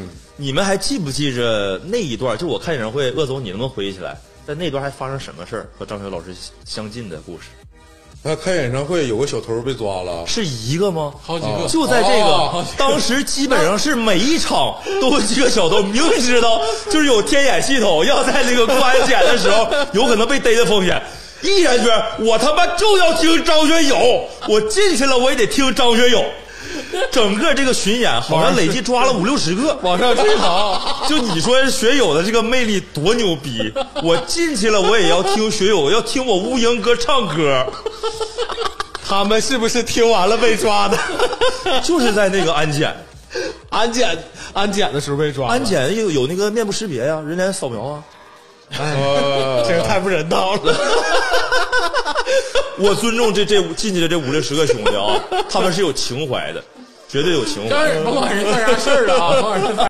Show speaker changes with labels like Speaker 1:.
Speaker 1: 嗯你们还记不记着那一段？就我看演唱会，鄂总你能不能回忆起来，在那段还发生什么事儿和张学友老师相近的故事？
Speaker 2: 他开演唱会有个小偷被抓了，
Speaker 1: 是一个吗？
Speaker 3: 啊好几个
Speaker 1: 就在这个，
Speaker 3: 哦好几个
Speaker 1: 当时基本上是每一场都有几个小偷，明 知道就是有天眼系统，要在这个过安检的时候有可能被逮的风险，毅然决然，我他妈就要听张学友，我进去了我也得听张学友。整个这个巡演好像累计抓 了五六十个，
Speaker 3: 往上追逃，
Speaker 1: 就你说学友的这个魅力多牛逼，我进去了我也要听学友，要听我乌蝇哥唱歌。
Speaker 3: 他们是不是听完了被抓的？
Speaker 1: 就是在那个安检，
Speaker 3: 安检安检的时候被抓了，
Speaker 1: 安检有有那个面部识别呀、人脸扫描啊。
Speaker 2: 呃，
Speaker 3: 这个太不人道了。
Speaker 1: 我尊重这这进去的这五六十个兄弟啊，他们是有情怀的，绝对有情怀。
Speaker 4: 当然甭管人干啥事儿了啊，甭管人干啥